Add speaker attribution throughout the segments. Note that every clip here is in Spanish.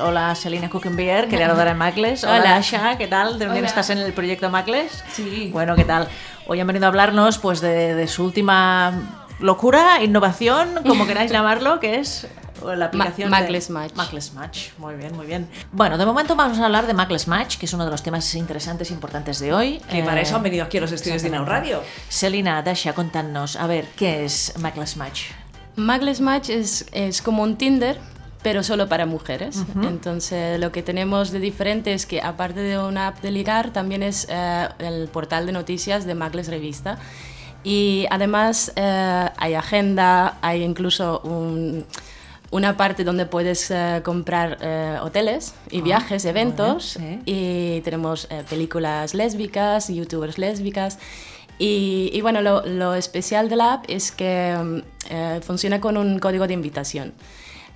Speaker 1: Hola, Selina Kukenbier, creadora de Macles. Hola,
Speaker 2: Hola.
Speaker 1: Dasha, ¿qué tal? También
Speaker 2: Hola.
Speaker 1: estás en el proyecto Macles.
Speaker 2: Sí.
Speaker 1: Bueno, ¿qué tal? Hoy han venido a hablarnos pues de, de su última locura, innovación, como queráis llamarlo, que es la aplicación
Speaker 2: Ma-
Speaker 1: de-
Speaker 2: Macles Match.
Speaker 1: Macles Match, muy bien, muy bien. Bueno, de momento vamos a hablar de Macles Match, que es uno de los temas interesantes e importantes de hoy.
Speaker 3: Que para
Speaker 1: Eh,
Speaker 3: eso han venido aquí a los estudios de Inau Radio.
Speaker 1: Selina, Dasha, contadnos, a ver, ¿qué es Macles Match?
Speaker 2: Magles Match es, es como un Tinder, pero solo para mujeres. Entonces, lo que tenemos de diferente es que, aparte de una app de ligar, también es eh, el portal de noticias de Magles Revista. Y además eh, hay agenda, hay incluso un- una parte donde puedes eh, comprar eh, hoteles y viajes, eventos.
Speaker 1: Ah, bien, sí.
Speaker 2: y tenemos eh, películas lésbicas, youtubers lésbicas. Y, y bueno, lo, lo especial de la app es que mm, eh, funciona con un código de invitación.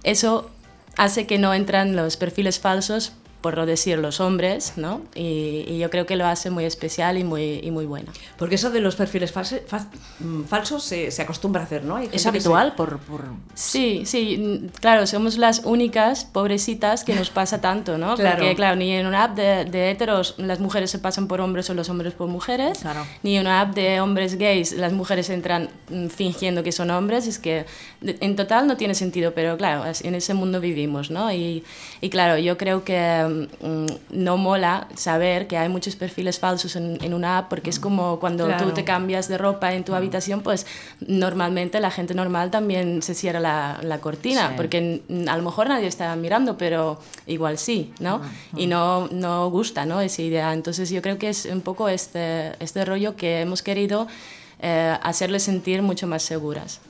Speaker 2: Eso hace que no entran los perfiles falsos, por no decir los hombres, ¿no? Y, y yo creo que lo hace muy especial y muy, y muy buena.
Speaker 3: Porque eso de los perfiles false- fa- mm, falsos se, se acostumbra a hacer, ¿no? Hay gente
Speaker 1: ¿Es
Speaker 3: que
Speaker 1: habitual por, por...
Speaker 2: Sí, sí, n- claro, somos las únicas pobrecitas que nos pasa tanto, ¿no?
Speaker 3: Claro.
Speaker 2: Porque, claro, ni en una app de, de heteros las mujeres se pasan por hombres o los hombres por mujeres,
Speaker 1: Claro.
Speaker 2: ni en una app de hombres gays las mujeres entran mm, fingiendo que son hombres, es que de- en total no tiene sentido, pero claro, es- en ese mundo vivimos, ¿no? Y, y claro, yo creo que mm, no mola saber que hay muchos perfiles falsos en, en una app porque es como cuando
Speaker 3: Claro.
Speaker 2: tú te cambias de ropa en tu habitación, pues normalmente la gente normal también se cierra la, la cortina,
Speaker 1: Sí.
Speaker 2: porque mm, a lo mejor nadie está mirando, pero igual sí, ¿no? Y no, no gusta, ¿no? Esa idea. Entonces yo creo que es un poco este, este rollo que hemos querido eh, hacerles sentir mucho más seguras.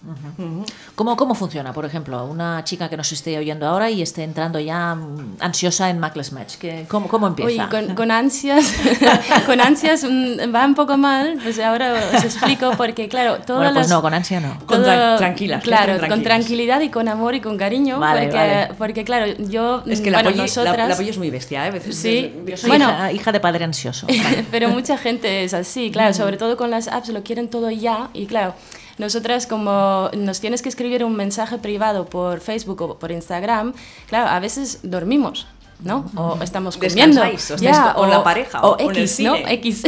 Speaker 1: ¿Cómo, ¿Cómo funciona, por ejemplo, una chica que nos esté oyendo ahora y esté entrando ya mm, ansiosa en Macles Match? ¿Qué- cómo, ¿Cómo empieza?
Speaker 2: Uy, con, con ansias, con ansias mm, va un poco mal, pues ahora os explico, porque claro, todas
Speaker 1: bueno, pues
Speaker 2: las...
Speaker 1: no, con ansia no.
Speaker 3: Con tran- tranquilas,
Speaker 2: Claro,
Speaker 3: entren
Speaker 2: con
Speaker 3: tranquilas.
Speaker 2: tranquilidad y con amor y con cariño.
Speaker 1: Vale,
Speaker 2: porque,
Speaker 1: vale.
Speaker 2: porque, claro, yo.
Speaker 3: Es que la,
Speaker 2: bueno,
Speaker 3: Polly- la-
Speaker 2: nosotras.
Speaker 3: la Polly es muy bestia, ¿eh? A veces
Speaker 2: Sí.
Speaker 3: es-
Speaker 1: Soy
Speaker 2: Bueno.
Speaker 1: hija, hija de padre ansioso. Vale.
Speaker 2: pero mucha gente es así,
Speaker 3: Mm.
Speaker 2: claro, sobre todo con las apps lo quieren todo ya y claro, nosotras como nos tienes que escribir un mensaje privado por Facebook o por Instagram, claro, a veces dormimos. ¿no? O estamos comiendo
Speaker 3: Mm. Descansáis, o estáis con la pareja, o en el
Speaker 2: X, ¿no?
Speaker 3: cine.
Speaker 2: X.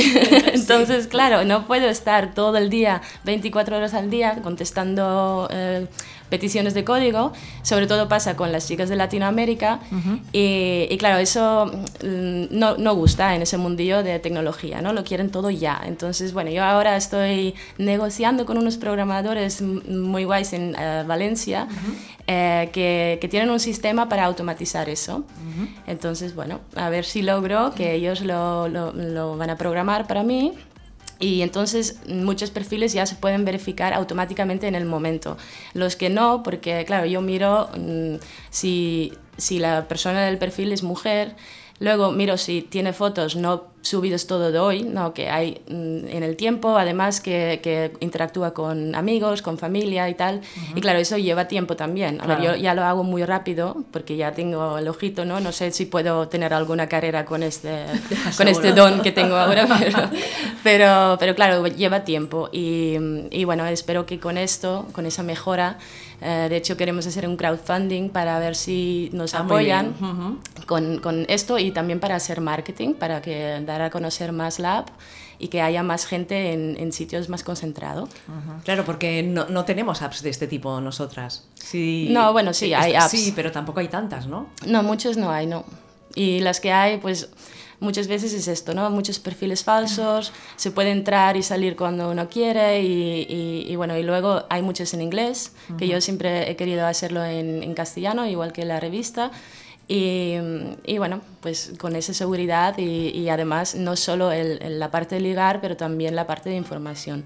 Speaker 2: Entonces, claro, no puedo estar todo el día, 24 horas al día, contestando eh, peticiones de código. Sobre todo pasa con las chicas de Latinoamérica. y, y claro, eso mm, no, no gusta en ese mundillo de tecnología, ¿no? Lo quieren todo ya. Entonces, bueno, yo ahora estoy negociando con unos programadores m- muy guays en eh, Valencia. eh, que, que tienen un sistema para automatizar eso. Entonces, bueno, a ver si logro que ellos lo, lo- lo van a programar para mí. Y entonces muchos perfiles ya se pueden verificar automáticamente en el momento. Los que no, porque claro, yo miro mm, si, si la persona del perfil es mujer, luego miro si tiene fotos no subidos todo de hoy, no, que hay mm, en el tiempo, además que, que interactúa con amigos, con familia y tal. Y claro, eso lleva tiempo también. A ver,
Speaker 1: Claro.
Speaker 2: yo ya lo hago muy rápido porque ya tengo el ojito, ¿no? No sé si puedo tener alguna carrera con este, con este don que tengo ahora, pero, pero, pero claro, lleva tiempo. Y, y bueno, espero que con esto, con esa mejora, eh, de hecho queremos hacer un crowdfunding para ver si nos
Speaker 3: Ah, muy
Speaker 2: apoyan
Speaker 3: bien. Ujú.
Speaker 2: con, con esto y también para hacer marketing, para que dar a conocer más la app y que haya más gente en, en sitios más concentrados.
Speaker 3: Claro, porque no, no tenemos apps de este tipo nosotras. Sí.
Speaker 2: No, bueno, sí, hay
Speaker 3: Es-
Speaker 2: apps.
Speaker 3: Sí, pero tampoco hay tantas, ¿no?
Speaker 2: No, muchos no hay, no. Y las que hay, pues muchas veces es esto, ¿no? Muchos perfiles falsos, se puede entrar y salir cuando uno quiere y, y- y bueno, y luego hay muchos en inglés, que yo siempre he querido hacerlo en, en castellano, igual que la revista. Y, y bueno, pues con esa seguridad y, y además no solo el- el- la parte de ligar, pero también la parte de información.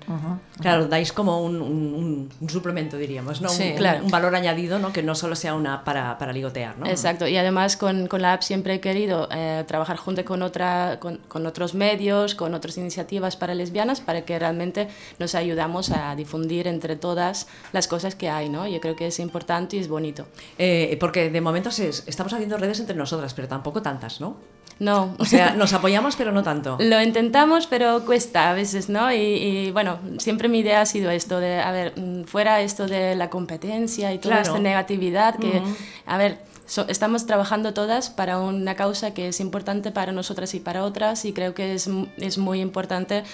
Speaker 3: Claro, dais como un, un- un- un suplemento, diríamos, ¿no? Un-
Speaker 2: Sí,
Speaker 3: un,
Speaker 2: claro.
Speaker 3: un valor añadido, ¿no? Que no solo sea una app para, para ligotear, ¿no?
Speaker 2: Exacto, y además con, con la app siempre he querido eh, trabajar junto con, otra, con, con otros medios, con otras iniciativas para lesbianas, para que realmente nos ayudamos a difundir entre todas las cosas que hay, ¿no? Yo creo que es importante y es bonito.
Speaker 3: Eh, porque de momento se- estamos haciendo redes entre nosotras, pero tampoco tantas, ¿no?
Speaker 2: No,
Speaker 3: O sea, nos apoyamos, pero no tanto.
Speaker 2: Lo intentamos, pero cuesta a veces, ¿no? Y, y, bueno, siempre mi idea ha sido esto de, a ver, mm, fuera esto de la competencia y toda
Speaker 3: Claro.
Speaker 2: esta negatividad que, a ver, so- estamos trabajando todas para una causa que es importante para nosotras y para otras y creo que es, m- es muy importante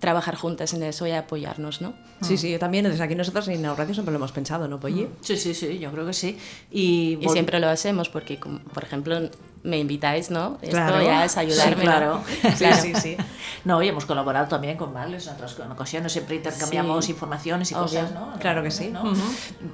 Speaker 2: trabajar juntas en eso y apoyarnos, ¿no?
Speaker 3: Sí, sí, yo también, desde aquí nosotros en la radio siempre lo hemos pensado, ¿no, Polly?
Speaker 1: Sí, sí, sí, yo creo que sí. Y,
Speaker 2: Y
Speaker 1: vol-
Speaker 2: siempre lo hacemos porque, como, por ejemplo, me invitáis, ¿no? Esto
Speaker 3: Claro.
Speaker 2: ya es ayudarme.
Speaker 1: Sí,
Speaker 2: ¿no?
Speaker 1: claro.
Speaker 2: Claro.
Speaker 3: Sí, sí, sí.
Speaker 1: No, y hemos colaborado también con Marles en otras ocasiones, siempre intercambiamos
Speaker 2: Sí.
Speaker 1: informaciones y
Speaker 2: Obvio.
Speaker 1: cosas, ¿no?
Speaker 3: Claro que sí.
Speaker 1: ¿no?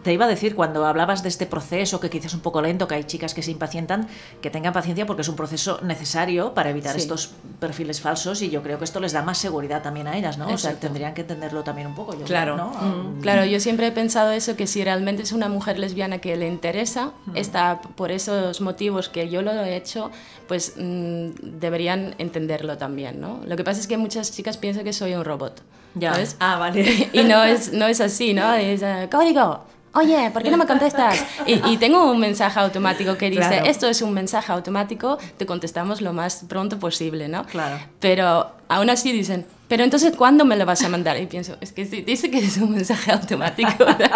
Speaker 1: Te iba a decir, cuando hablabas de este proceso, que quizás es un poco lento, que hay chicas que se impacientan, que tengan paciencia porque es un proceso necesario para evitar
Speaker 2: Sí.
Speaker 1: estos perfiles falsos y yo creo que esto les da más seguridad también a ellas, ¿no? O sea,
Speaker 2: Exacto.
Speaker 1: tendrían que entenderlo también un poco, yo
Speaker 3: Claro.
Speaker 1: creo, ¿no?
Speaker 2: Claro, yo siempre he pensado eso, que si realmente es una mujer lesbiana que le interesa, está por esos motivos que yo lo he hecho, pues mm, deberían entenderlo también, ¿no? Lo que pasa es que muchas chicas piensan que soy un robot,
Speaker 1: Ya.
Speaker 2: ¿sabes?
Speaker 3: Ah, vale.
Speaker 2: Y no es, no es así, ¿no? Es eh, código. Oye, ¿por qué no me contestas? Y, y tengo un mensaje automático que dice,
Speaker 3: Claro.
Speaker 2: esto es un mensaje automático, te contestamos lo más pronto posible, ¿no?
Speaker 1: Claro.
Speaker 2: Pero aún así dicen, pero entonces, ¿cuándo me lo vas a mandar? Y pienso, es que sí, dice que es un mensaje automático. ¿sabes?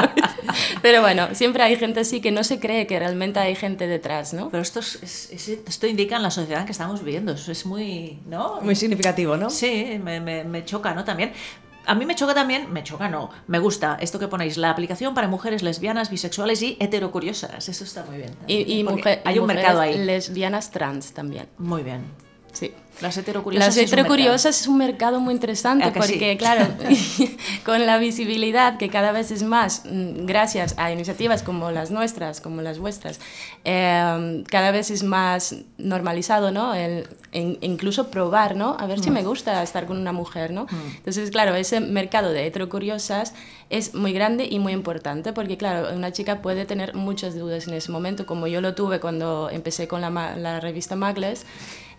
Speaker 2: Pero bueno, siempre hay gente así que no se cree que realmente hay gente detrás, ¿no?
Speaker 1: Pero esto, es- es- es- esto indica en la sociedad en que estamos viviendo, eso es muy, ¿no?
Speaker 3: Muy significativo, ¿no?
Speaker 1: Sí, me, me- me choca, ¿no? También. A mí me choca también, me choca, no, me gusta esto que ponéis, la aplicación para mujeres lesbianas, bisexuales y heterocuriosas. Eso está muy bien. ¿eh?
Speaker 2: Y, y
Speaker 1: Porque
Speaker 2: mujer-
Speaker 1: hay un
Speaker 2: mujeres
Speaker 1: mercado ahí.
Speaker 2: lesbianas trans también,
Speaker 1: Muy bien.
Speaker 2: sí.
Speaker 1: Las heterocuriosas.
Speaker 2: Las
Speaker 1: es un mercado.
Speaker 2: heterocuriosas es un mercado muy interesante
Speaker 1: ¿A que sí?
Speaker 2: porque, claro, con la visibilidad que cada vez es más, mm, gracias a iniciativas como las nuestras, como las vuestras, eh, cada vez es más normalizado, ¿no? El, in- incluso probar, ¿no? A ver si me
Speaker 1: Mm.
Speaker 2: gusta estar con una mujer, ¿no? Entonces, claro, ese mercado de heterocuriosas es muy grande y muy importante porque, claro, una chica puede tener muchas dudas en ese momento, como yo lo tuve cuando empecé con la, ma- la revista Magles.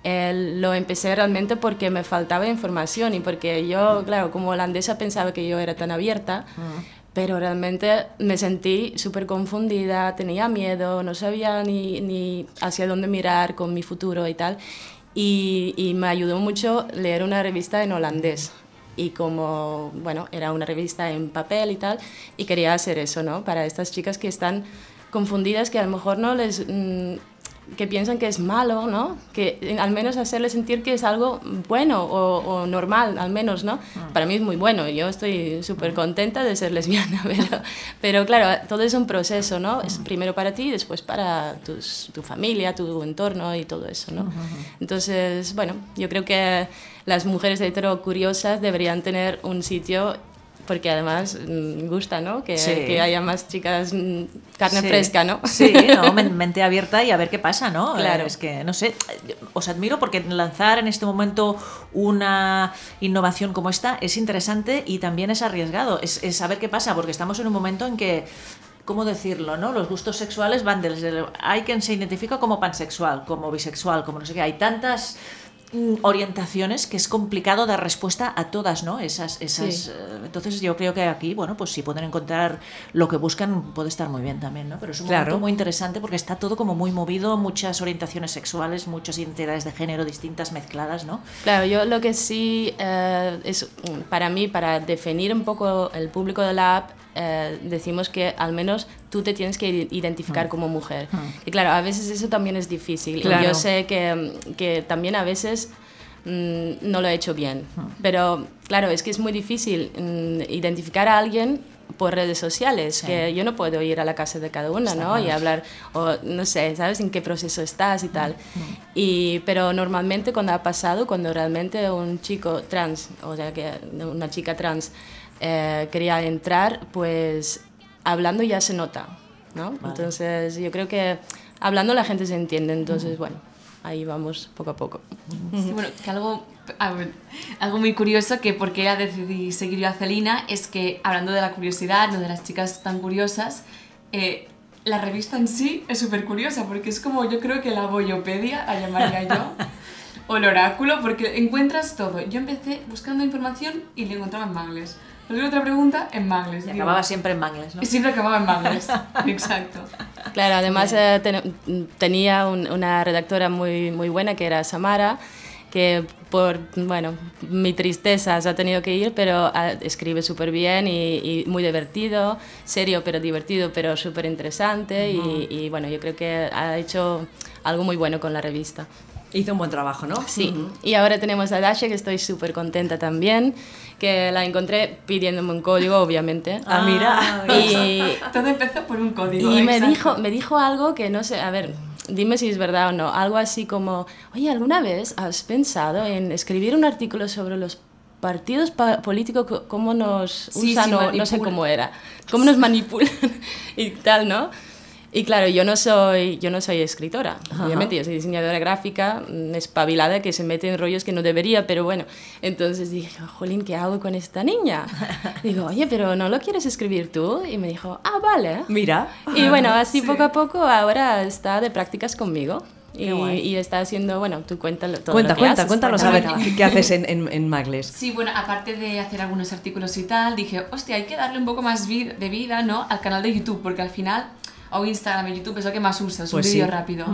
Speaker 2: Eh, lo empecé realmente porque me faltaba información y porque yo, claro, como holandesa pensaba que yo era tan abierta, pero realmente me sentí súper confundida, tenía miedo, no sabía ni, ni hacia dónde mirar con mi futuro y tal. Y, y me ayudó mucho leer una revista en holandés. Y como, bueno, era una revista en papel y tal, y quería hacer eso, ¿no? Para estas chicas que están confundidas, que a lo mejor no les... mm, que piensan que es malo, ¿no? Que eh, al menos hacerle sentir que es algo bueno o, o normal, al menos, ¿no?
Speaker 1: Ah.
Speaker 2: Para mí es muy bueno, yo estoy súper contenta de ser lesbiana, pero, pero claro, todo es un proceso, ¿no? Es primero para ti y después para tus- tu familia, tu entorno y todo eso, ¿no? Entonces, bueno, yo creo que las mujeres hetero curiosas deberían tener un sitio porque además mm, gusta, ¿no? Que,
Speaker 1: Sí.
Speaker 2: que haya más chicas mm, carne
Speaker 1: Sí.
Speaker 2: fresca, ¿no?
Speaker 1: Sí, no, men- mente abierta y a ver qué pasa, ¿no?
Speaker 2: Claro.
Speaker 1: Eh, Es que, no sé, os admiro porque lanzar en este momento una innovación como esta es interesante y también es arriesgado, es, es saber qué pasa, porque estamos en un momento en que... ¿Cómo decirlo, no? Los gustos sexuales van desde... el- Hay quien se identifica como pansexual, como bisexual, como no sé qué. Hay tantas mm, orientaciones que es complicado dar respuesta a todas, ¿no? Esas, esas,
Speaker 2: Sí.
Speaker 1: eh, entonces yo creo que aquí, bueno, pues si pueden encontrar lo que buscan puede estar muy bien también, ¿no? Pero es un
Speaker 3: Claro.
Speaker 1: momento muy interesante porque está todo como muy movido, muchas orientaciones sexuales, muchas identidades de género distintas mezcladas, ¿no?
Speaker 2: Claro, yo lo que sí eh, es mm, para mí, para definir un poco el público de la app, eh, decimos que al menos tú te tienes que i- identificar como mujer. Y claro, a veces eso también es difícil. Y
Speaker 3: Claro.
Speaker 2: yo sé que, mm, que también a veces mm, no lo he hecho bien. Pero claro, es que es muy difícil mm, identificar a alguien por redes sociales,
Speaker 1: Sí.
Speaker 2: que yo no puedo ir a la casa de cada una, ¿no? Y hablar, o no sé, ¿sabes en qué proceso estás y tal? Y, pero normalmente cuando ha pasado, cuando realmente un chico trans, o sea, que una chica trans eh, quería entrar, pues hablando ya se nota, ¿no? Entonces yo creo que hablando la gente se entiende, entonces bueno, ahí vamos poco a poco.
Speaker 4: Sí, bueno, que algo, a ver, algo muy curioso que por qué ya decidí seguir yo a Celina es que, hablando de la curiosidad, no de las chicas tan curiosas, eh, la revista en sí es súper curiosa porque es como yo creo que la Boyopedia, la llamaría yo, o el oráculo, porque encuentras todo. Yo empecé buscando información y la encontraba en Mangles. Luego otra pregunta en Mangles.
Speaker 1: Y
Speaker 4: digo,
Speaker 1: acababa siempre en mangles, ¿no?
Speaker 4: y siempre acababa en Mangles. Exacto.
Speaker 2: Claro, además eh, ten- tenía un- una redactora muy, muy buena que era Samara, que por, bueno, mi tristeza se ha tenido que ir, pero ah, escribe súper bien y, y muy divertido, serio pero divertido, pero súper interesante y, y, bueno, yo creo que ha hecho algo muy bueno con la revista.
Speaker 3: Hizo un buen trabajo, ¿no?
Speaker 2: Sí, y ahora tenemos a Dasha, que estoy súper contenta también, que la encontré pidiéndome un código, obviamente.
Speaker 3: Ah, mira.
Speaker 2: Y,
Speaker 4: Todo empezó por un código.
Speaker 2: y me
Speaker 4: exacto.
Speaker 2: dijo, me dijo algo que no sé, a ver, dime si es verdad o no, algo así como, oye, ¿alguna vez has pensado en escribir un artículo sobre los partidos pa- políticos, co- cómo nos
Speaker 4: Sí,
Speaker 2: usan
Speaker 4: sí,
Speaker 2: o no sé
Speaker 4: manipulan.
Speaker 2: cómo era, cómo nos manipulan y tal, ¿no? Y claro, yo no soy, yo no soy escritora, obviamente, yo soy diseñadora gráfica, mm, espabilada, que se mete en rollos que no debería, pero bueno. Entonces dije, Jolín, ¿qué hago con esta niña? Digo, oye, pero ¿no lo quieres escribir tú? Y me dijo, ah, vale.
Speaker 3: Mira.
Speaker 1: Ah,
Speaker 2: Y bueno, así poco a poco ahora está de prácticas conmigo. Y,
Speaker 1: Qué guay.
Speaker 2: y está haciendo, bueno, tú cuéntalo todo.
Speaker 3: Cuenta,
Speaker 2: lo que
Speaker 3: cuenta,
Speaker 2: haces.
Speaker 3: cuéntanos a ver
Speaker 4: cuéntame.
Speaker 3: qué, qué haces en, en, en Magles.
Speaker 4: Sí, bueno, aparte de hacer algunos artículos y tal, dije, hostia, hay que darle un poco más vid- de vida, ¿no? Al canal de YouTube, porque al final, o Instagram y YouTube es lo que más usas,
Speaker 3: Pues
Speaker 4: un
Speaker 3: sí.
Speaker 4: vídeo rápido.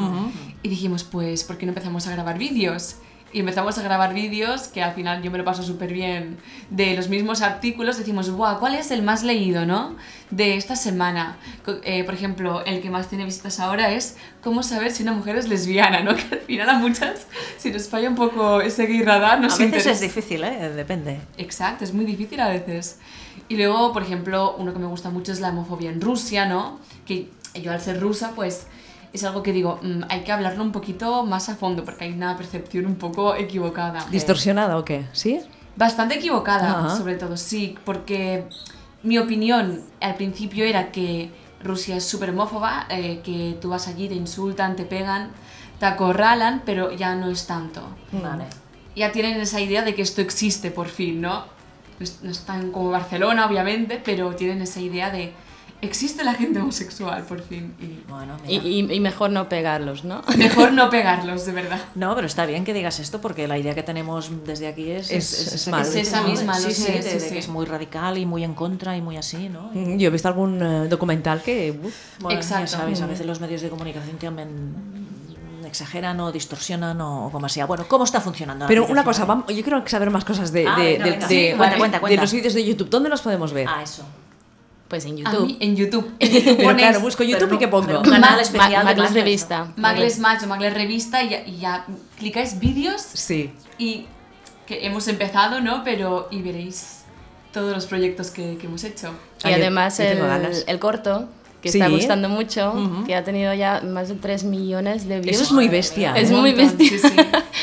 Speaker 4: Y dijimos, pues, ¿por qué no empezamos a grabar vídeos? Y empezamos a grabar vídeos, que al final yo me lo paso súper bien, de los mismos artículos, decimos, guau, ¿cuál es el más leído, no? De esta semana. Co- eh, por ejemplo, el que más tiene visitas ahora es cómo saber si una mujer es lesbiana, ¿no? Que al final a muchas, si nos falla un poco ese gay
Speaker 1: A
Speaker 4: radar, nos
Speaker 1: veces
Speaker 4: interesa.
Speaker 1: es difícil, ¿eh? Depende.
Speaker 4: Exacto, es muy difícil a veces. Y luego, por ejemplo, uno que me gusta mucho es la homofobia en Rusia, ¿no? Que yo al ser rusa, pues es algo que digo, "Mm, hay que hablarlo un poquito más a fondo porque hay una percepción un poco equivocada.
Speaker 3: ¿Distorsionada o qué? ¿Sí?
Speaker 4: Bastante equivocada,
Speaker 3: Ajá.
Speaker 4: sobre todo, sí, porque mi opinión al principio era que Rusia es súper homófoba, eh, que tú vas allí, te insultan, te pegan, te acorralan, pero ya no es tanto
Speaker 1: Vale.
Speaker 4: ya tienen esa idea de que esto existe por fin, ¿no? Pues No están como Barcelona, obviamente, pero tienen esa idea de existe la gente homosexual por fin y
Speaker 1: Bueno,
Speaker 2: Y,
Speaker 1: mira.
Speaker 2: y- y mejor no pegarlos, ¿no?
Speaker 4: mejor no pegarlos, de verdad.
Speaker 1: No, pero está bien que digas esto porque la idea que tenemos desde aquí es,
Speaker 3: Es- es
Speaker 1: esa
Speaker 3: mal.
Speaker 1: que
Speaker 3: Es
Speaker 1: dices,
Speaker 4: esa
Speaker 1: ¿no?
Speaker 4: misma,
Speaker 1: sí,
Speaker 4: lo
Speaker 1: sí,
Speaker 4: sé,
Speaker 1: de-
Speaker 4: sí,
Speaker 1: de
Speaker 4: sí.
Speaker 1: que es muy radical y muy en contra y muy así, ¿no?
Speaker 3: Mm, Yo he visto algún eh, documental que... uf,
Speaker 1: Bueno,
Speaker 4: Exacto. Mm.
Speaker 1: ya sabes, a veces los medios de comunicación también exageran o distorsionan o, o como sea. Bueno, ¿cómo está funcionando? la
Speaker 3: Pero una cosa,
Speaker 1: aplicación?
Speaker 3: vam- yo quiero saber más cosas de,
Speaker 1: Ah,
Speaker 3: de-
Speaker 1: venga,
Speaker 3: de-
Speaker 1: venga.
Speaker 3: de-
Speaker 1: Sí,
Speaker 3: de-
Speaker 1: cuenta, cuenta,
Speaker 3: de
Speaker 1: cuenta.
Speaker 3: los vídeos de YouTube. ¿Dónde los podemos ver?
Speaker 1: Ah, eso.
Speaker 2: Pues en
Speaker 4: A mí
Speaker 2: YouTube.
Speaker 4: en YouTube. En YouTube
Speaker 3: Pero
Speaker 4: pones
Speaker 3: claro, busco Pues YouTube y qué pongo.
Speaker 1: Un canal
Speaker 2: Ma-
Speaker 1: especial de
Speaker 2: Magles
Speaker 1: Magles, ¿no?
Speaker 2: Revista.
Speaker 4: Magles Match o Magles Revista y ya, y ya clicáis vídeos
Speaker 3: Sí.
Speaker 4: y que hemos empezado, ¿no? Pero y veréis todos los proyectos que, que hemos hecho.
Speaker 2: Y
Speaker 3: Ah, yo-
Speaker 2: además
Speaker 3: yo tengo
Speaker 2: el,
Speaker 3: ganas.
Speaker 2: el corto, que
Speaker 3: Sí.
Speaker 2: está gustando mucho, que ha tenido ya más de 3 millones de views.
Speaker 3: Eso es muy bestia.
Speaker 2: Es
Speaker 3: ¿eh?
Speaker 2: muy
Speaker 4: montón,
Speaker 2: bestia.
Speaker 4: sí, sí.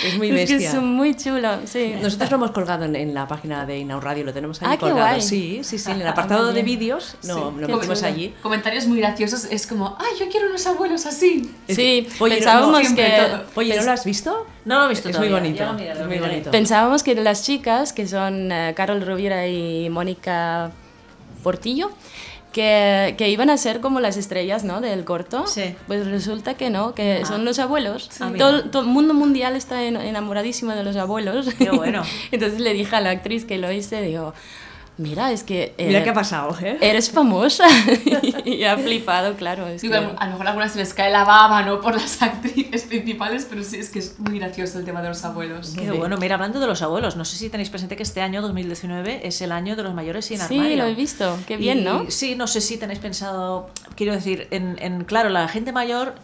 Speaker 3: Es muy
Speaker 2: Es que
Speaker 3: bestia.
Speaker 2: es muy chulo, sí.
Speaker 3: Nosotros lo hemos colgado en, en la página de Inau Radio, lo tenemos ahí
Speaker 2: Ah, qué
Speaker 3: colgado.
Speaker 2: guay.
Speaker 3: Sí, sí, sí, en el apartado de vídeos no,
Speaker 4: Sí.
Speaker 3: lo
Speaker 4: Qué
Speaker 3: metimos
Speaker 4: chulo.
Speaker 3: allí.
Speaker 4: Comentarios muy graciosos, es como, ay, yo quiero unos abuelos así.
Speaker 2: Sí,
Speaker 3: Oye,
Speaker 2: pensábamos
Speaker 4: no,
Speaker 2: que...
Speaker 4: siempre todo.
Speaker 3: Oye, ¿no
Speaker 2: pens-
Speaker 3: lo has visto?
Speaker 1: No lo he visto
Speaker 3: Es muy
Speaker 1: todavía.
Speaker 3: bonito.
Speaker 1: Ya lo miraré,
Speaker 3: es
Speaker 1: lo
Speaker 3: muy
Speaker 1: miraré.
Speaker 3: bonito.
Speaker 2: Pensábamos que las chicas, que son eh, Carol Rovira y Mónica Portillo, que, que iban a ser como las estrellas ¿no? del corto,
Speaker 1: Sí.
Speaker 2: pues resulta que no, que son los abuelos.
Speaker 1: Ah, mira.
Speaker 2: Todo, todo el mundo mundial está en- enamoradísimo de los abuelos.
Speaker 1: Qué bueno.
Speaker 2: Entonces le dije a la actriz que lo hice, digo, mira, es que... eh,
Speaker 3: Mira qué ha pasado, ¿eh?
Speaker 2: Eres famosa y ha flipado, claro. es
Speaker 4: Digo,
Speaker 2: que-
Speaker 4: a lo mejor a algunas se les cae la baba, ¿no? Por las actrices principales, pero sí, es que es muy gracioso el tema de los abuelos.
Speaker 1: Qué bueno, mira, hablando de los abuelos, no sé si tenéis presente que este año 2019 es el año de los mayores sin
Speaker 2: Sí,
Speaker 1: armario.
Speaker 2: lo he visto. Qué
Speaker 1: Y-
Speaker 2: bien, ¿no?
Speaker 1: Sí, no sé si tenéis pensado, quiero decir, en, en- claro, la gente mayor,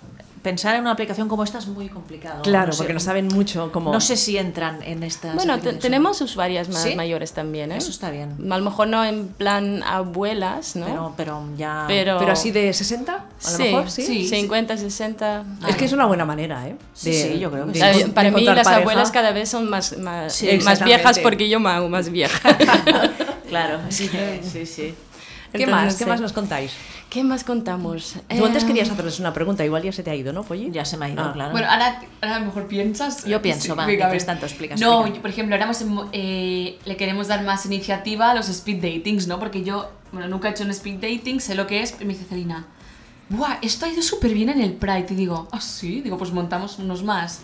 Speaker 1: pensar en una aplicación como esta es muy complicado.
Speaker 3: Claro,
Speaker 1: sé,
Speaker 3: porque no saben mucho cómo...
Speaker 1: No sé si entran en estas
Speaker 2: Bueno, te-
Speaker 1: aplicaciones.
Speaker 2: tenemos usuarias más
Speaker 1: ¿Sí?
Speaker 2: mayores también, ¿eh?
Speaker 1: Eso está bien,
Speaker 2: A lo mejor no en plan abuelas, ¿no?
Speaker 1: pero, pero ya...
Speaker 2: Pero-
Speaker 3: Pero así de 60, a lo
Speaker 2: sí,
Speaker 3: mejor, ¿sí?
Speaker 4: sí.
Speaker 2: 50, 60.
Speaker 3: Es que es una buena manera, ¿eh?
Speaker 1: Sí, sí, yo creo que sí.
Speaker 2: Eh,
Speaker 3: encon-
Speaker 2: Para
Speaker 3: de
Speaker 2: mí
Speaker 3: encontrar
Speaker 2: las
Speaker 3: pareja.
Speaker 2: abuelas cada vez son más, más,
Speaker 1: Sí,
Speaker 2: eh, más
Speaker 3: exactamente.
Speaker 2: viejas porque yo me hago más vieja.
Speaker 1: Claro, sí, sí, sí.
Speaker 3: ¿Qué
Speaker 2: Entonces,
Speaker 3: más?
Speaker 2: no
Speaker 3: ¿Qué
Speaker 2: sé.
Speaker 3: más nos contáis?
Speaker 2: ¿Qué más contamos?
Speaker 3: Tú antes
Speaker 2: Eh,
Speaker 3: querías hacerles una pregunta, igual ya se te ha ido, ¿no, Polly?
Speaker 1: Ya se me ha ido,
Speaker 3: Ah.
Speaker 1: claro.
Speaker 4: Bueno, ahora, ahora a lo mejor piensas. eh,
Speaker 1: Yo pienso, va,
Speaker 4: venga, a ver.
Speaker 1: mientras tanto, explicas,
Speaker 4: No,
Speaker 1: explica.
Speaker 4: yo, por ejemplo, ahora hemos em- eh, le queremos dar más iniciativa a los speed datings, ¿no? Porque yo, bueno, nunca he hecho un speed dating, sé lo que es, y me dice Celina, ¡buah! Esto ha ido súper bien en el Pride. Y digo, ¡ah, sí! Digo, pues montamos unos más.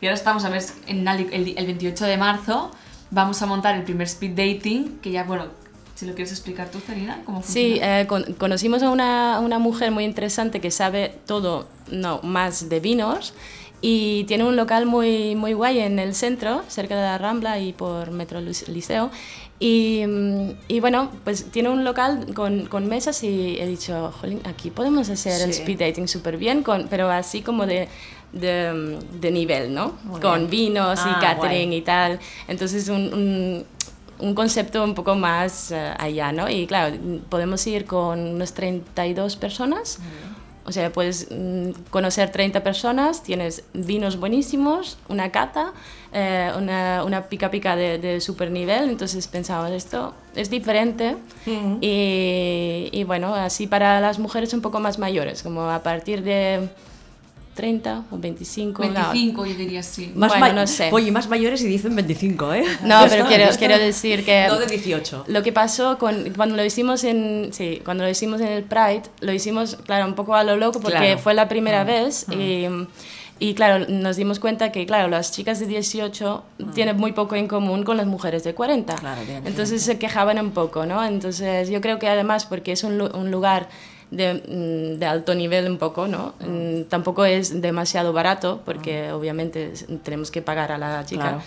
Speaker 4: Y ahora estamos, a ver, en Ali- el, di- el 28 de marzo vamos a montar el primer speed dating, que ya, bueno, si lo quieres explicar tú, Celina, ¿cómo funciona?
Speaker 2: Sí, eh, con- conocimos a una, a una mujer muy interesante que sabe todo, no, más de vinos. y tiene un local muy, muy guay en el centro, cerca de la Rambla y por Metro Lu- Liceo. Y, mm, y bueno, pues tiene un local con, con mesas y he dicho, jolín, aquí podemos hacer el
Speaker 1: Sí.
Speaker 2: speed dating súper bien, con, pero así como de, de, mm, de nivel, ¿no?
Speaker 1: Muy
Speaker 2: con
Speaker 1: bien.
Speaker 2: vinos
Speaker 1: Ah,
Speaker 2: y catering
Speaker 1: guay.
Speaker 2: y tal. Entonces, un, un- un concepto un poco más eh, allá, ¿no? Y claro, mm, podemos ir con unas 32 personas. O sea, puedes mm, conocer 30 personas, tienes vinos buenísimos, una cata, eh, una, una pica pica de, de super nivel. Entonces pensaba, esto es diferente. ah, y, y bueno, así para las mujeres un poco más mayores, como a partir de 30 o 25. la-
Speaker 4: 25, yo diría sí.
Speaker 3: Más
Speaker 2: Bueno,
Speaker 3: may-
Speaker 2: no sé.
Speaker 3: Oye, más mayores y dicen 25, ¿eh?
Speaker 2: No,
Speaker 3: Ya
Speaker 2: pero
Speaker 3: está,
Speaker 2: quiero,
Speaker 3: ya está.
Speaker 2: quiero decir que...
Speaker 3: No de 18.
Speaker 2: Lo que pasó con, cuando lo hicimos en sí, cuando lo hicimos en el Pride, lo hicimos claro un poco a lo loco porque
Speaker 3: Claro. Mm.
Speaker 2: fue la primera vez y, y, claro, nos dimos cuenta que claro, las chicas de 18
Speaker 3: Mm.
Speaker 2: tienen muy poco en común con las mujeres de 40.
Speaker 1: Claro, tienen
Speaker 2: Entonces se quejaban un poco, ¿no? Entonces yo creo que además porque es un, lu- un lugar de, mm, de alto nivel un poco, ¿no? Mm, Tampoco es demasiado barato porque
Speaker 3: Mm.
Speaker 2: obviamente es- tenemos que pagar a la chica.
Speaker 1: Claro.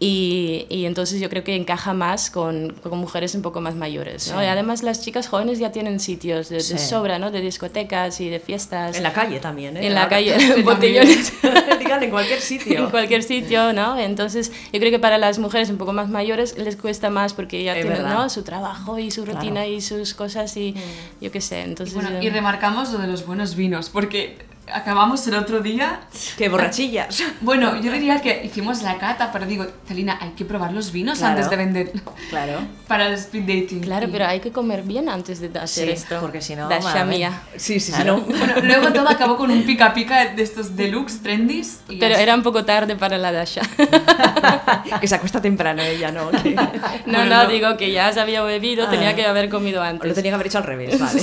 Speaker 2: Y, y entonces yo creo que encaja más con, con mujeres un poco más mayores. ¿no?
Speaker 1: Sí.
Speaker 2: Y además las chicas jóvenes ya tienen sitios de, de
Speaker 1: Sí.
Speaker 2: sobra, ¿no? De discotecas y de fiestas.
Speaker 3: En la calle también, ¿eh?
Speaker 2: En la
Speaker 3: Ahora-
Speaker 2: calle, botellones.
Speaker 3: Digan, en cualquier sitio.
Speaker 2: En cualquier sitio, ¿no? Entonces, yo creo que para las mujeres un poco más mayores les cuesta más porque ya
Speaker 3: Es
Speaker 2: tienen
Speaker 3: verdad.
Speaker 2: ¿no? su trabajo y su rutina y sus cosas y yo qué sé.
Speaker 4: Y,
Speaker 2: Entonces,
Speaker 4: bueno,
Speaker 2: eh,
Speaker 4: y remarcamos lo de los buenos vinos, porque acabamos el otro día.
Speaker 3: Que borrachillas.
Speaker 4: Bueno, yo diría que hicimos la cata, pero digo, Celina, hay que probar los vinos
Speaker 1: Claro.
Speaker 4: antes de venderlo
Speaker 1: Claro.
Speaker 4: para el speed dating.
Speaker 2: claro,
Speaker 4: Y-
Speaker 2: pero hay que comer bien antes de hacer
Speaker 1: Sí,
Speaker 2: esto.
Speaker 1: porque si no,
Speaker 2: Da
Speaker 1: madre.
Speaker 2: shamia.
Speaker 3: Sí, sí, sí.
Speaker 1: Claro.
Speaker 3: no.
Speaker 4: Bueno, luego todo acabó con un pica pica de estos deluxe, trendys. y
Speaker 2: Pero
Speaker 4: ya
Speaker 2: era un poco tarde para la dasha.
Speaker 3: que se acuesta temprano ella, ¿no. Que-
Speaker 2: No,
Speaker 4: Bueno,
Speaker 2: no,
Speaker 4: no.
Speaker 2: digo que ya se había bebido, tenía que haber comido
Speaker 3: O Lo
Speaker 2: antes.
Speaker 3: tenía que haber hecho al revés, vale.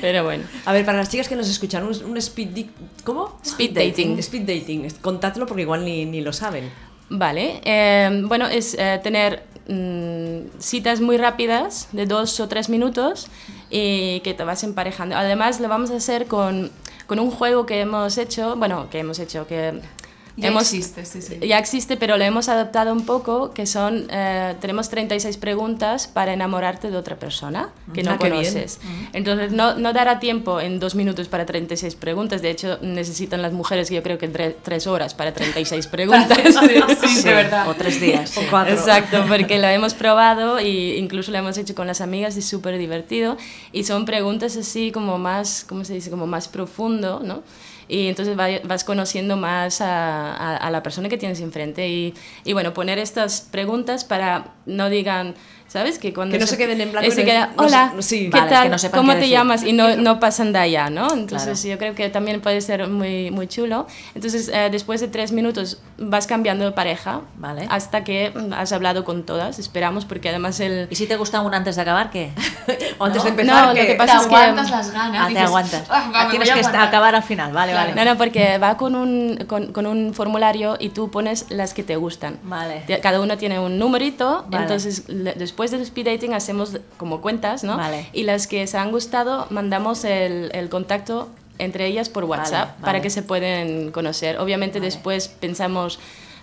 Speaker 2: Pero bueno.
Speaker 3: A ver, para las chicas que nos escuchan, un, un speed... di- ¿Cómo?
Speaker 2: Speed dating.
Speaker 3: Speed dating. Contadlo porque igual ni, ni lo saben.
Speaker 2: Vale. eh, bueno, es eh, tener mm, citas muy rápidas, de dos o tres minutos, y que te vas emparejando. Además, lo vamos a hacer con, con un juego que hemos hecho, bueno, que hemos hecho, que...
Speaker 4: Ya
Speaker 2: hemos,
Speaker 4: existe, sí, sí.
Speaker 2: Ya existe, pero lo hemos adaptado un poco, que son, eh, tenemos 36 preguntas para enamorarte de otra persona que no
Speaker 3: Ah, qué bien.
Speaker 2: conoces. Entonces, no, no dará tiempo en dos minutos para 36 preguntas. De hecho, necesitan las mujeres, yo creo que tre- tres horas para 36 preguntas.
Speaker 4: Sí, sí, de verdad.
Speaker 1: O tres días. sí.
Speaker 3: O cuatro.
Speaker 2: Exacto, porque lo hemos probado e incluso lo hemos hecho con las amigas y es súper divertido. Y son preguntas así como más, ¿cómo se dice? Como más profundo, ¿no? Y entonces va- vas conociendo más a, a- a la persona que tienes enfrente. Y, y bueno, poner estas preguntas para no digan, ¿sabes? Que cuando
Speaker 3: Que no se queden en blanco
Speaker 2: Eh, se
Speaker 3: y no-
Speaker 2: queda,
Speaker 3: no se-
Speaker 2: hola,
Speaker 3: sí.
Speaker 2: ¿qué
Speaker 1: Vale, que
Speaker 2: tal?
Speaker 1: no sepan
Speaker 2: ¿Cómo
Speaker 1: qué
Speaker 2: te
Speaker 1: decir".
Speaker 2: llamas? Y no, no pasan de allá, ¿no? Entonces
Speaker 1: Claro.
Speaker 2: yo creo que también puede ser muy, muy chulo. Entonces eh, después de tres minutos vas cambiando de pareja
Speaker 1: Vale.
Speaker 2: hasta que mm, has hablado con todas, esperamos, porque además el...
Speaker 1: ¿Y si te gusta un antes de acabar, qué?
Speaker 3: O antes de
Speaker 2: No,
Speaker 3: empezar,
Speaker 2: no, lo que
Speaker 4: Te
Speaker 2: pasa es que-
Speaker 4: aguantas las ganas.
Speaker 1: Ah, te
Speaker 4: dices,
Speaker 1: aguantas.
Speaker 4: "Ah, va,
Speaker 1: Tienes
Speaker 4: me voy a
Speaker 1: que est-
Speaker 4: aguantar".
Speaker 1: acabar al final, vale,
Speaker 4: Claro.
Speaker 2: No,
Speaker 1: vale.
Speaker 2: no, porque va con un, con, con un formulario y tú pones las que te gustan.
Speaker 1: Vale.
Speaker 2: Te- Cada uno tiene un numerito,
Speaker 1: Vale.
Speaker 2: entonces le- después del speed dating hacemos como cuentas, ¿no?
Speaker 1: Vale.
Speaker 2: Y las que se han gustado mandamos el, el contacto entre ellas por WhatsApp
Speaker 1: vale.
Speaker 2: para que se pueden conocer. Obviamente después pensamos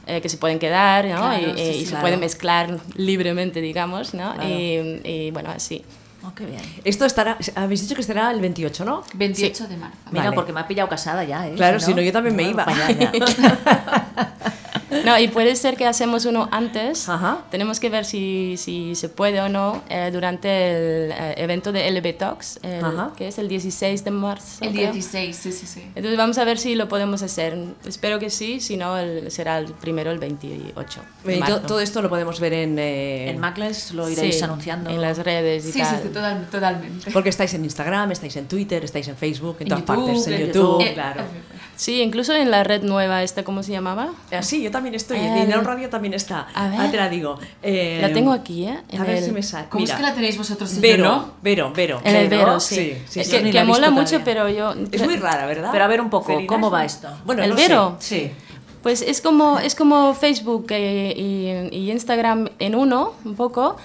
Speaker 2: eh, que se pueden quedar, ¿no?
Speaker 1: Claro,
Speaker 2: y
Speaker 1: sí,
Speaker 2: y
Speaker 1: sí,
Speaker 2: se
Speaker 1: claro.
Speaker 2: pueden mezclar libremente, digamos, ¿no?
Speaker 1: Claro.
Speaker 2: Y, y bueno, así.
Speaker 1: Oh, qué bien.
Speaker 3: Esto estará... Habéis dicho que estará el 28, ¿no?
Speaker 4: 28 de marzo.
Speaker 1: Mira,
Speaker 3: Vale.
Speaker 1: porque me ha pillado casada ya, ¿eh?
Speaker 3: Claro, si no, yo también me iba.
Speaker 1: pa' allá, ya.
Speaker 2: No, y puede ser que hacemos uno antes.
Speaker 3: Ajá.
Speaker 2: Tenemos que ver si, si se puede o no eh, durante el eh, evento de LB Talks, el-
Speaker 3: Ajá.
Speaker 2: que es el 16 de marzo.
Speaker 4: El
Speaker 2: creo.
Speaker 4: 16, sí, sí, sí.
Speaker 2: Entonces vamos a ver si lo podemos hacer. Espero que sí, si no el- será el primero el 28. de
Speaker 3: Y to-
Speaker 2: marzo.
Speaker 3: todo esto lo podemos ver en... eh,
Speaker 1: En Macles lo iréis
Speaker 2: Sí,
Speaker 1: anunciando.
Speaker 2: en las redes y
Speaker 4: Sí, sí,
Speaker 2: tal.
Speaker 4: sí, total- totalmente.
Speaker 3: Porque estáis en Instagram, estáis en Twitter, estáis en Facebook, en,
Speaker 4: En Eh,
Speaker 3: todas
Speaker 4: YouTube,
Speaker 3: partes,
Speaker 1: en
Speaker 3: en YouTube,
Speaker 1: YouTube.
Speaker 3: claro.
Speaker 2: Sí, incluso en la red nueva esta, ¿cómo se llamaba?
Speaker 3: Ah, sí, yo también estoy.
Speaker 2: El-
Speaker 3: En el Radio también está.
Speaker 2: A ver.
Speaker 3: Ah, te la digo. Eh,
Speaker 2: La tengo aquí, ¿eh? En
Speaker 3: A ver
Speaker 2: el-
Speaker 3: si me sale.
Speaker 4: ¿Cómo
Speaker 3: Mira,
Speaker 4: es que la tenéis vosotros y yo
Speaker 3: Vero,
Speaker 4: no?
Speaker 3: Vero, Vero.
Speaker 2: En el
Speaker 1: Vero,
Speaker 2: Vero, sí.
Speaker 3: sí, sí, sí.
Speaker 2: que
Speaker 1: Yo ni la
Speaker 2: que
Speaker 1: he visto
Speaker 2: mola mucho,
Speaker 1: todavía.
Speaker 2: pero yo...
Speaker 3: Es muy rara, ¿verdad?
Speaker 1: Pero a ver un poco,
Speaker 3: Celina,
Speaker 1: ¿cómo
Speaker 3: es-
Speaker 1: va esto?
Speaker 3: Bueno,
Speaker 2: ¿El
Speaker 3: no sé.
Speaker 2: Vero?
Speaker 1: Sí.
Speaker 2: Pues es como, es como Facebook eh, y, y Instagram en uno, un poco,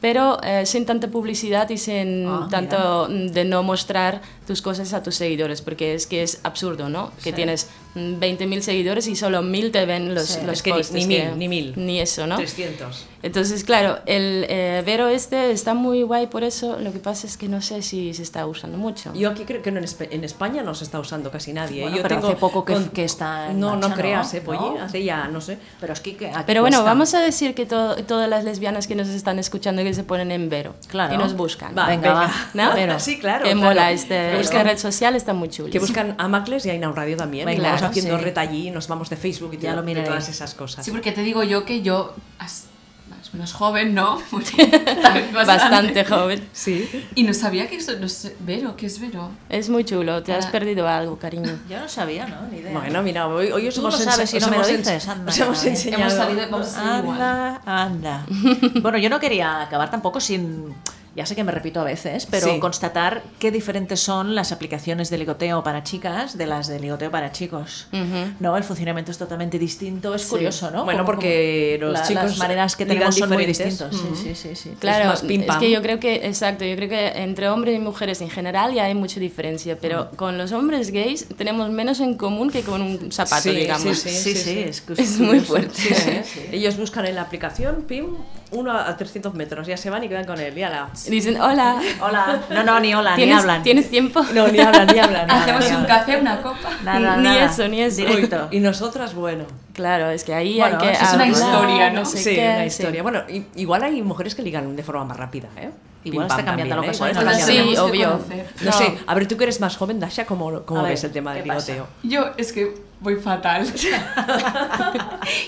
Speaker 2: pero eh, sin tanta publicidad y sin
Speaker 1: Ah,
Speaker 2: tanto mm, de no mostrar tus cosas a tus seguidores, porque es que es absurdo, ¿no? Que
Speaker 1: Sí.
Speaker 2: tienes mm, 20.000 seguidores y solo 1.000 te ven los,
Speaker 1: Sí.
Speaker 2: los
Speaker 3: Es que ni-
Speaker 2: posts,
Speaker 3: ni
Speaker 2: es
Speaker 3: mil,
Speaker 2: que-
Speaker 3: ni mil.
Speaker 2: Ni eso, ¿no?
Speaker 3: 300.
Speaker 2: Entonces, claro, el eh, Vero este está muy guay por eso, lo que pasa es que no sé si se está usando mucho.
Speaker 3: Yo aquí creo que no en, Espa- en España no se está usando casi nadie. ¿eh?
Speaker 1: Bueno,
Speaker 3: Yo
Speaker 1: pero
Speaker 3: tengo
Speaker 1: hace poco que-
Speaker 3: con-
Speaker 1: que está en
Speaker 3: No,
Speaker 1: marcha,
Speaker 3: no creas,
Speaker 1: ¿no?
Speaker 3: eh, Polly,
Speaker 1: No.
Speaker 3: hace ya, no sé.
Speaker 1: Pero es que, que aquí
Speaker 2: Pero bueno,
Speaker 1: cuesta.
Speaker 2: vamos a decir que to- todas las lesbianas que nos están escuchando que se ponen en Vero
Speaker 1: Claro.
Speaker 2: y nos buscan.
Speaker 1: Va, venga, va.
Speaker 2: ¿No?
Speaker 1: Vero.
Speaker 3: Sí, claro.
Speaker 2: que
Speaker 3: claro.
Speaker 2: mola este,
Speaker 3: Que
Speaker 2: esta
Speaker 3: buscan,
Speaker 2: red social, está muy chula.
Speaker 3: que buscan a Macles y a Inaun Radio también.
Speaker 1: Venga,
Speaker 3: vamos
Speaker 1: claro,
Speaker 3: haciendo
Speaker 1: sí.
Speaker 3: reta allí, nos vamos de Facebook y
Speaker 1: Ya
Speaker 3: todo-
Speaker 1: lo
Speaker 3: de
Speaker 1: miraré.
Speaker 3: todas esas cosas.
Speaker 4: Sí, porque te digo yo que yo, as- más o menos joven, ¿no?
Speaker 2: Bastante joven.
Speaker 3: Sí.
Speaker 4: Y no sabía que eso, no sé, Vero, ¿qué es Vero?
Speaker 2: Es muy chulo, te has
Speaker 4: Ah.
Speaker 2: perdido algo, cariño.
Speaker 1: Yo no sabía, ¿no? Ni idea.
Speaker 3: Bueno, mira, hoy, hoy os
Speaker 1: Tú
Speaker 3: hemos
Speaker 1: lo sabes
Speaker 3: ense-
Speaker 1: y no
Speaker 3: os
Speaker 1: me lo
Speaker 3: hemos ens-
Speaker 1: dices, anda,
Speaker 3: os
Speaker 1: que
Speaker 3: ¿eh? hemos
Speaker 1: no me-
Speaker 3: enseñado.
Speaker 4: Hemos salido, vamos a seguir igual.
Speaker 1: Anda, anda. Bueno, yo no quería acabar tampoco sin. Ya sé que me repito a veces, pero
Speaker 3: Sí.
Speaker 1: constatar qué diferentes son las aplicaciones de ligoteo para chicas de las de ligoteo para chicos.
Speaker 2: Ujú.
Speaker 1: No, el funcionamiento es totalmente distinto, es curioso, ¿no?
Speaker 3: Bueno,
Speaker 1: Cómo-
Speaker 3: porque
Speaker 1: cómo
Speaker 3: los
Speaker 1: las
Speaker 3: chicos
Speaker 1: maneras que
Speaker 3: ligan
Speaker 1: tenemos son muy
Speaker 3: diferentes. Mm.
Speaker 1: distintas. Sí, sí, sí, sí.
Speaker 2: Claro,
Speaker 3: más pim pam.
Speaker 2: que yo creo que, exacto, yo creo que entre hombres y mujeres en general ya hay mucha diferencia, pero con los hombres gays tenemos menos en común que con un zapato,
Speaker 3: Sí,
Speaker 2: digamos.
Speaker 3: sí,
Speaker 1: Sí, sí, es, cu-
Speaker 2: Es muy
Speaker 1: curioso.
Speaker 2: fuerte.
Speaker 1: Sí, sí, sí.
Speaker 3: Ellos buscan en la aplicación, pim, uno a 300 metros, ya se van y quedan con él, y ala.
Speaker 2: Dicen, hola,
Speaker 1: Hola. No, no, ni hola, ni
Speaker 2: ¿tienes,
Speaker 1: hablan.
Speaker 2: ¿tienes tiempo?
Speaker 3: No, ni hablan, ni hablan.
Speaker 1: Nada,
Speaker 4: Hacemos
Speaker 1: nada.
Speaker 4: un café, una copa.
Speaker 1: Nada,
Speaker 2: Ni
Speaker 1: nada.
Speaker 2: eso, ni eso.
Speaker 1: Directo.
Speaker 3: Y nosotras, bueno.
Speaker 2: Claro, es que ahí
Speaker 1: Bueno,
Speaker 2: hay que
Speaker 1: eso es
Speaker 4: una
Speaker 2: hablar,
Speaker 4: historia, ¿no?
Speaker 2: sé
Speaker 3: sí,
Speaker 2: qué,
Speaker 3: una historia. Bueno, i- igual hay mujeres que ligan de forma más rápida, ¿eh?
Speaker 1: Igual está cambiando la
Speaker 3: ¿eh?
Speaker 1: ocasión,
Speaker 3: Igual
Speaker 1: no lo
Speaker 3: está
Speaker 4: Las
Speaker 2: Sí,
Speaker 3: cambiando.
Speaker 4: tenemos que
Speaker 2: obvio.
Speaker 4: conocer.
Speaker 3: No
Speaker 2: No.
Speaker 3: sé, a ver, tú que eres más joven, Dasha, ¿cómo, cómo
Speaker 1: A ver,
Speaker 3: ves el tema del
Speaker 1: ¿qué pasa?
Speaker 3: ligoteo?
Speaker 4: Yo es que voy fatal.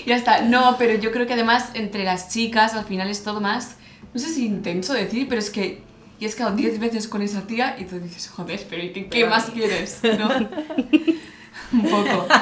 Speaker 4: ya está. No, pero yo creo que además entre las chicas al final es todo más, no sé si intenso decir, pero es que y es que 10 veces con esa tía y tú dices, joder, pero ¿y qué, qué más quieres? ¿No? Un poco.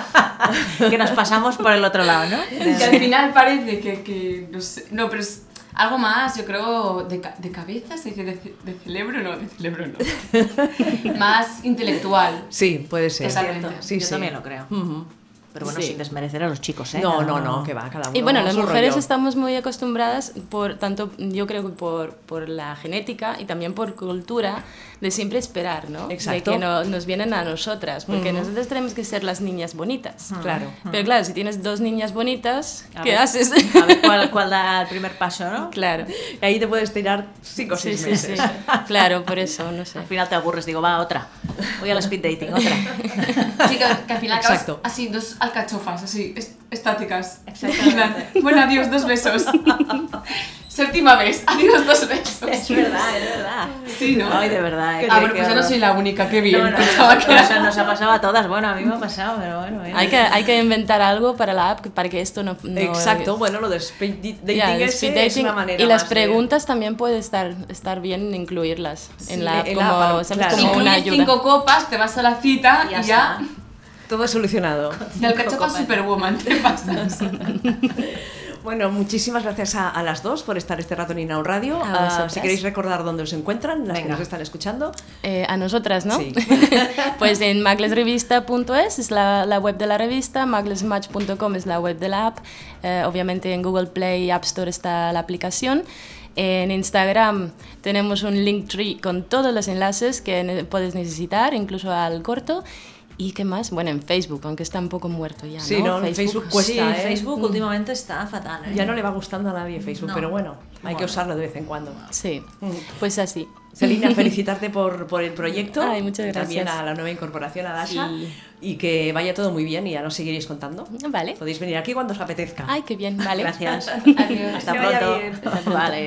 Speaker 1: Que nos pasamos por el otro lado, ¿no?
Speaker 4: Y al final parece que, que no sé, no, pero es algo más, yo creo, de, ca- de cabeza, se dice, de, ce- de cerebro no, de cerebro no. más intelectual.
Speaker 3: Sí, puede ser.
Speaker 4: Exactamente.
Speaker 3: Sí,
Speaker 1: Yo
Speaker 3: sí.
Speaker 1: también lo creo.
Speaker 3: Ujú.
Speaker 1: Pero bueno,
Speaker 2: Sí.
Speaker 1: sin desmerecer a los chicos, ¿eh?
Speaker 3: No, no, no, que va, cada uno.
Speaker 2: Y bueno, las
Speaker 3: su
Speaker 2: mujeres
Speaker 3: rollo.
Speaker 2: estamos muy acostumbradas, por tanto, yo creo que por, por la genética y también por cultura, de siempre esperar, ¿no?
Speaker 3: Exacto.
Speaker 2: De que no- nos vienen a nosotras, porque nosotras tenemos que ser las niñas bonitas.
Speaker 3: Claro.
Speaker 2: Pero claro, si tienes dos niñas bonitas,
Speaker 1: A
Speaker 2: ¿qué
Speaker 1: ver.
Speaker 2: haces?
Speaker 1: A ver cuál, cuál da el primer paso, ¿no?
Speaker 2: claro.
Speaker 3: Ahí te puedes tirar 5 o
Speaker 2: Sí,
Speaker 3: 6
Speaker 2: sí,
Speaker 3: meses.
Speaker 2: sí. Claro, por eso, no sé.
Speaker 1: Al final te aburres, digo, va, otra. Voy al speed dating, otra.
Speaker 4: Sí, que, que al final acabas
Speaker 3: Exacto.
Speaker 4: así, dos alcachofas, así, est- estáticas. Bueno, adiós, dos besos. Séptima vez, adiós, dos besos.
Speaker 1: es verdad.
Speaker 4: Sí, ¿no?
Speaker 1: Ay, de verdad. ¿eh?
Speaker 4: Ah,
Speaker 1: Qué-
Speaker 4: bueno,
Speaker 1: qué
Speaker 4: pues ya no
Speaker 1: horror.
Speaker 4: soy la única, qué bien.
Speaker 1: No, no,
Speaker 4: Pensaba que
Speaker 1: o sea,
Speaker 4: era-
Speaker 1: nos ha pasado a todas. Bueno, a mí me ha pasado, pero bueno. bien.
Speaker 2: Hay que, hay que inventar algo para la app, que- para que esto no... no- eh,
Speaker 3: Exacto, bueno, lo de speed di- dating,
Speaker 2: Ya, el
Speaker 3: ese
Speaker 2: speed
Speaker 3: es
Speaker 2: dating
Speaker 3: una manera
Speaker 2: y las
Speaker 3: más de-
Speaker 2: preguntas también puede estar estar bien incluirlas en la app
Speaker 3: en
Speaker 2: como,
Speaker 3: la app,
Speaker 2: ¿sabes?
Speaker 3: claro.
Speaker 2: como una
Speaker 4: Incluyes
Speaker 2: ayuda.
Speaker 4: cinco copas, te vas a la cita y
Speaker 1: Ya
Speaker 4: ya,
Speaker 1: está.
Speaker 3: Todo es solucionado.
Speaker 4: de alcachofa superwoman te pasas.
Speaker 3: Bueno, muchísimas gracias a, a las dos por estar este rato en Inaun Radio.
Speaker 2: A
Speaker 3: Ah,
Speaker 2: vosotras.
Speaker 3: si queréis recordar dónde os encuentran, las que
Speaker 1: Venga.
Speaker 3: nos están escuchando.
Speaker 2: Eh, a nosotras, ¿no?
Speaker 3: Sí.
Speaker 2: pues en maglesrevista.es es la, la web de la revista, maglesmatch.com es la web de la app, eh, obviamente en Google Play y App Store está la aplicación. En Instagram tenemos un link tree con todos los enlaces que ne- puedes necesitar, incluso al corto. ¿Y qué más? Bueno, en Facebook, aunque está un poco muerto ya.
Speaker 3: Sí, ¿no? En Facebook cuesta,
Speaker 1: sí,
Speaker 3: ¿eh?
Speaker 1: Facebook últimamente está fatal, ¿eh?
Speaker 3: Ya no le va gustando a nadie Facebook,
Speaker 1: No.
Speaker 3: pero bueno, hay que
Speaker 1: Bueno.
Speaker 3: usarlo de vez en cuando.
Speaker 2: Sí, pues así.
Speaker 3: Celina, felicitarte por, por el proyecto.
Speaker 2: Ay, muchas gracias.
Speaker 3: También a la nueva incorporación, a Dasha.
Speaker 2: Sí.
Speaker 3: Y que vaya todo muy bien y ya nos seguiréis contando.
Speaker 2: Vale.
Speaker 3: Pues Podéis venir aquí cuando os apetezca.
Speaker 2: Ay, qué bien, vale.
Speaker 1: Gracias.
Speaker 4: Adiós.
Speaker 1: Hasta
Speaker 3: Que vaya
Speaker 1: pronto.
Speaker 3: bien.
Speaker 1: Vale.